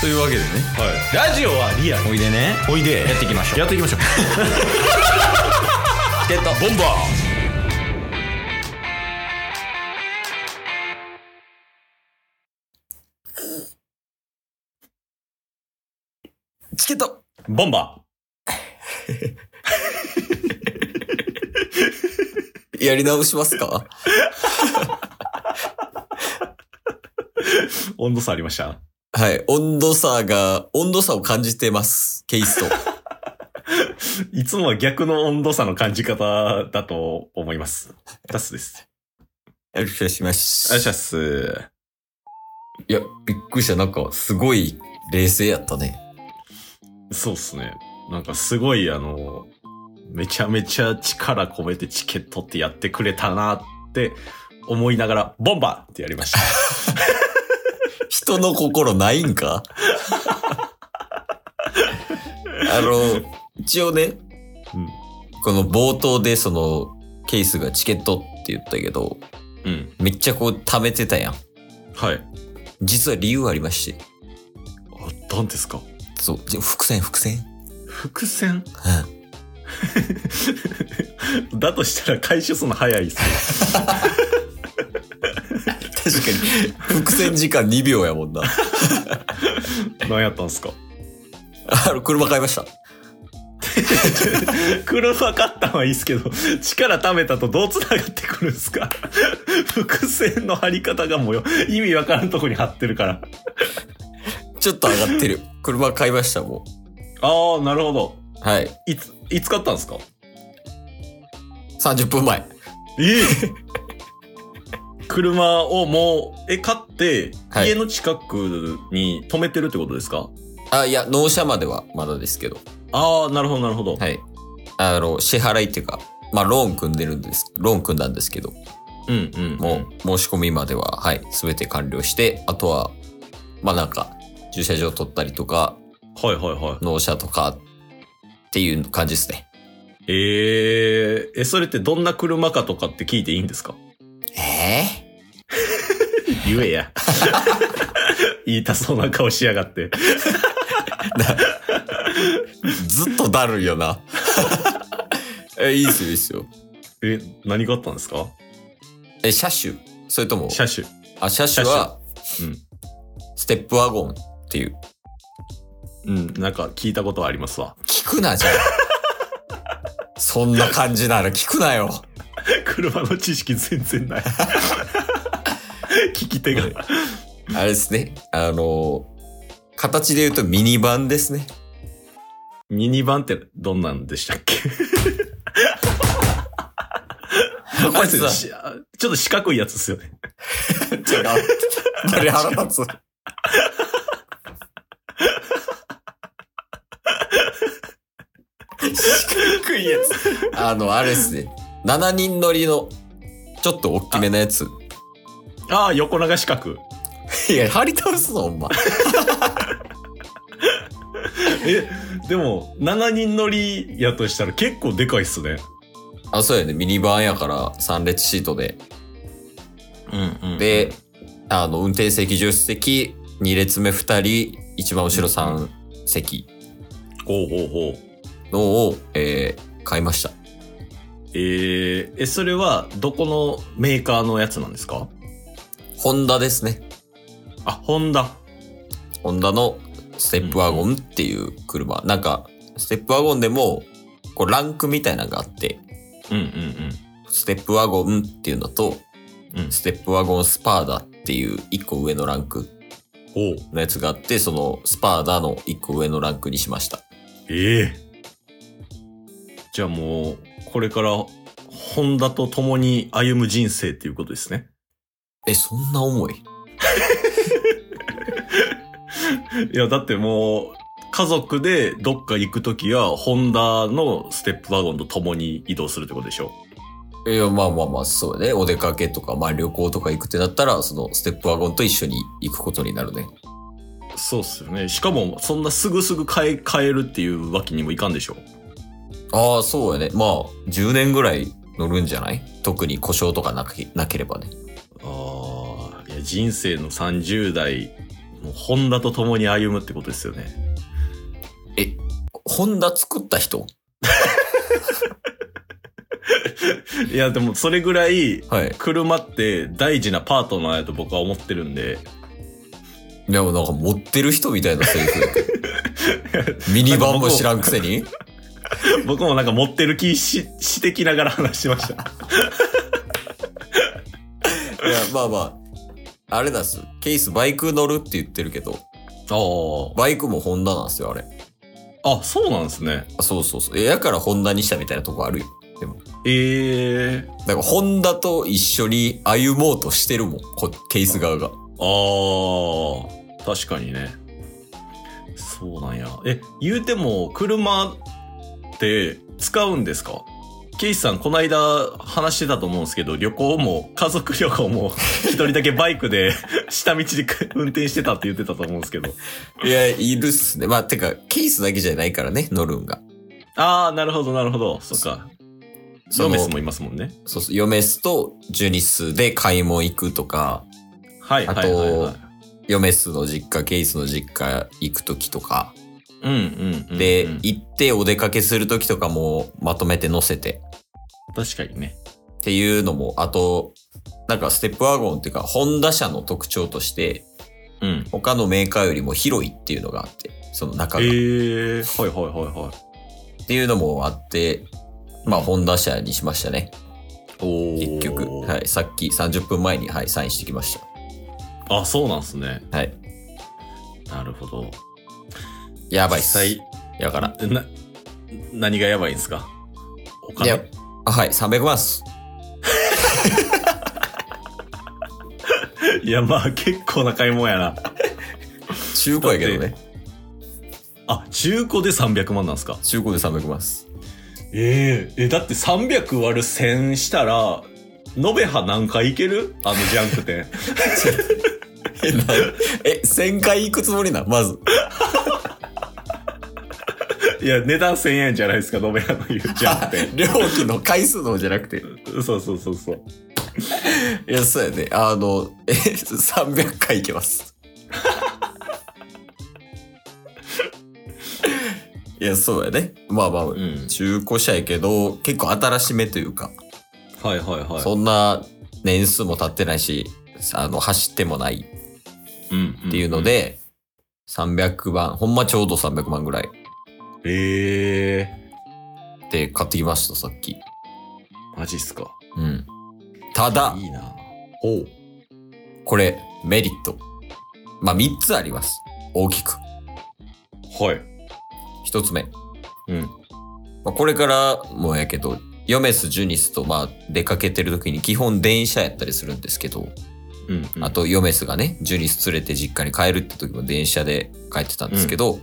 というわけでねラジオはリアルおいでねおいでやっていきましょうやっていきましょうチケットボンバーチケットボンバやり直します かー温度差ありましたはい。温度差が、温度差を感じてます。ケイスと。いつもは逆の温度差の感じ方だと思いますダスですよ ろしくお願いします。あしゃっすいや、びっくりした。なんか、すごい冷静やったね。そうっすねなんかすごいあのめちゃめちゃ力込めてチケットってやってくれたなって思いながらボンバーってやりました人の心ないん かあの、一応ね、うんこの冒頭でその、ケイスがチケットって言ったけど、 うんめっちゃこう貯めてたやん。はい実は理由ありまして。あ何ですかそう、じゃ伏線伏線。伏線うんだとしたら回収するの早いっすね確かに、伏線時間2秒やもんな。 何やったんすかあの、車買いました。車買ったはいいっすけど力貯めたとどう繋がってくるんすか 伏線の張り方がもう意味わからんとこに張ってるからちょっと上がってる。車買いました、もああなるほどう。はい。いついつ買ったんですか30分前。ええ 車をもうえ買って、はい家の近くに止めてるってことですかあ、いや、納車まではまだですけど。ああなるほどなるほど、はい。あの、支払いっていうか、まあ、ローン組んでるんです。ローン組んだんですけど、うんうんもう、申し込みまでは、はい、すべて完了して、あとは、まあ、なんか、駐車場取ったりとか、はいはいはい納車とか、っていう感じですね。えー、えそれってどんな車かとかって聞いていいんですかえ言えや。 言いたそうな顔しやがって。ー、ずっとだるいよな。 え、いいですよ、いいですよ。え、何があったんですかえ、車種それとも、車種。あ、車種は、種うんステップワゴンっていう。うん、なんか聞いたことはありますわ。聞くな、じゃ あ。そんな感じなら聞くなよ。車の知識全然ない。 聞き手が。あれですね。あの、形で言うとミニバンですね。ミニバンってどんなんでした っけこいちつょだっと四角いやつですよね。違う。あれ腹立つ。四角いやつ。あの、あれですね。7人乗りの、ちょっと大きめのやつ。ああ、横長四角。いや、張り倒すぞ、ほんま。え、でも、7人乗りやとしたら結構でかいっすね。あ、そうやね。ミニバンやから、3列シートで。うんうんで、あの、運転席助手席、2列目2人、一番後ろ3席ほうほうほう。のを、えー買いました。えー、え、それはどこのメーカーのやつなんですかホンダですね。あ、ホンダ。ホンダのステップワゴンっていう車。なんか、ステップワゴンでも、こう、ランクみたいなのがあって、うんうんステップワゴンっていうのと、うん。うん。ステップワゴンスパーダっていう1個上のランクおうのやつがあって、そのスパーダの1個上のランクにしました。ええじゃあもう、これから、ホンダと共に歩む人生っていうことですね。え、そんな重いいや、だってもう、家族でどっか行くときは、ホンダのステップワゴンと共に移動するってことでしょいや、まあまあまあ、そうね。お出かけとか、まあ旅行とか行くってなったら、そのステップワゴンと一緒に行くことになるね。そうっすよね。しかも、そんなすぐすぐ買え、買えるっていうわけにもいかんでしょああ、そうやね。まあ、10年ぐらい乗るんじゃない特に故障とかなけなければね。ああ、いや、人生の30代もうホンダと共に歩むってことですよね。ホンダ作った人いや、でもそれぐらい、はい。車って大事なパートナーやと僕は思ってるんで、でもなんか持ってる人みたいなセリフやけ ど。ミニバンも知らんくせに僕もなんか持ってる気し、してきながら話しました。いや、まあまあ、あれなんです。ケースバイク乗るって言ってるけど、あバイクもホンダなんですよ、あれ。あ。あ、そうなんですね。あそうそうそう。え、やからホンダにしたみたいなとこあるよ。ええだからホンダと一緒に歩もうとしてるもん、こケース側が。ああ、確かにね。そうなんや。え、言うても、車って使うんですかケイシさん、この間話してたと思うんですけど、旅行も、家族旅行も、一人だけバイクで、下道で運転してたって言ってたと思うんですけど。いや、いるっすね。まあ、てか、ケースだけじゃないからね、乗るんが。ああ、なるほど、なるほど。そっか。そロのメスもいますもんね。そうそう、ヨメスとジュニスで買い物行くとか、はい、はい、はいはい。ヨメスの実家、ケイスの実家行くときとか、うん、うんうん。で、うん行ってお出かけするときとかもまとめて乗せて確かにね。っていうのも、あと、なんかステップワゴンっていうか、ホンダ車の特徴として、うん。他のメーカーよりも広いっていうのがあって、その中えが。えはい、はい、はい、はい。っていうのもあって、まあ、ホンダ車にしましたね。おー結局。はい。さっき30分前に、はい、サインしてきました。あ、そうなんすね。はい。なるほど。ややばいっす。やから。な、何がやばいんですかおい金や、あはい、300万っす。 いや、まあ結構な買い物やな。中古やけどね。あ、中古で300万なんすか中古で300万っす。えええ、だって300割る1000したら、延べ派何回いけるあのジャンク店。え、な え、1000回行くつもりなんまず。いや、値段1000円じゃないですか、延べ派の言うジャン ク料金の回数のじゃなくて。店。そうそうそうそう。いや、そうやね。あの、え、300回行けます。いや、そうやね。まあまあ、うん。中古車やけど、結構新しめというか、はいはいはい。そんな年数も経ってないし、あの、走ってもないうんっていうの。で、300万、ほんまちょうど300万ぐらいんええで買ってきました、さっき。マジっすか。うん。ただ、いいなおう。これ、メリット。まあ、3つあります。大きく。はい。 1つ目。うん。まあ、これからもやけど、ヨメス、ジュニスとまあ出かけてる時に基本電車やったりするんですけど、うん、あ、とヨメスがね、ジュニス連れて実家に帰るって時も電車で帰ってたんですけど、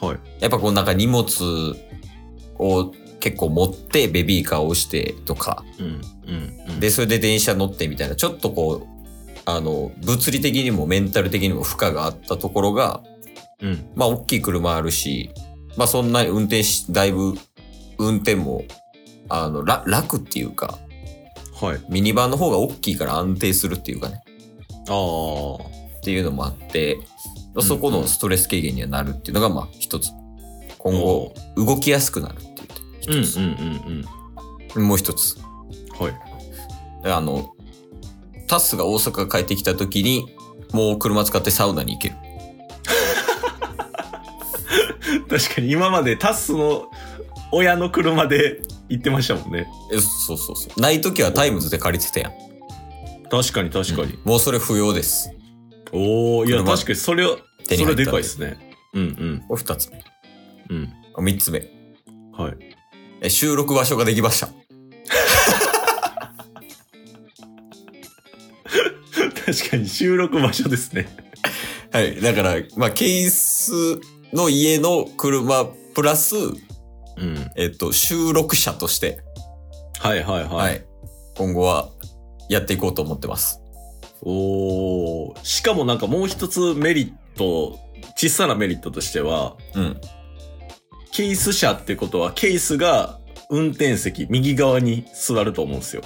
はい。やっぱこうなんか荷物を結構持ってベビーカーを押してとか、うん、うん、で、それで電車乗ってみたいな、ちょっとこう、あの、物理的にもメンタル的にも負荷があったところが、うん、まあ大きい車あるし、まあそんなに運転し、だいぶ運転も、あの、ら楽っていうか、はい。ミニバンの方が大きいから安定するっていうかね、ああ、っていうのもあって、んそこのストレス軽減にはなるっていうのが、まあ一つ。今後、動きやすくなるってうん、ういん、うとう一つ。ん、もう一つ。うん。はい。あの、タスが大阪帰ってきた時に、もう車使ってサウナに行ける。確かに今までタスの親の車で行ってましたもんね。えそうそうそう。ない時はタイムズで借りてたやん。確かに確かに。もうそれ不要です。おおいや、車確かにそれは、手にそ入ったれんででかいですね。うん、これ二つ目。うん、三つ目。うん。はい。え収録場所ができました。確かに収録場所ですね。はい。だから、まあ、ケースの家の車プラス、うん。えっと、収録者として、はいはいは、はいい。今後はやっていこうと思ってます。おおしかもなんかもう一つメリット、小さなメリットとしては、うん。ケース車ってことは、ケースが運転席右側に座ると思うんですよ。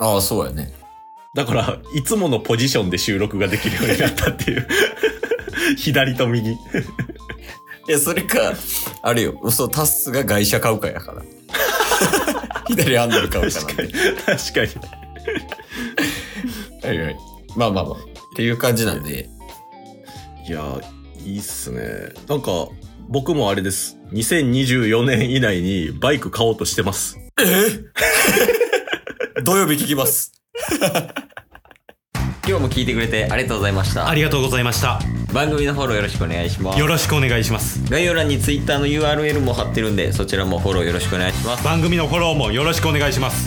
ああ、そうやね。だから、いつものポジションで収録ができるようになったっていう。 左と右。いや、それか、あれよ、そう、タッスが外車買うかや から。左ハンドル買うか確かなに。確かに。はいはい。まあまあまあ。っていう感じなんで。いやー、いいっすね。なんか、僕もあれです。2024年以内にバイク買おうとしてます。土曜日聞き ます。今日も聞いてくれてありがとうございましたあ。りがとうございました番組のフォローよろしくお願いしますよ。ろしくお願いします概要欄に Twitter の URL も貼ってるんで、そちらもフォローよろしくお願いします。番組のフォローもよろしくお願いします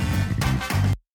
す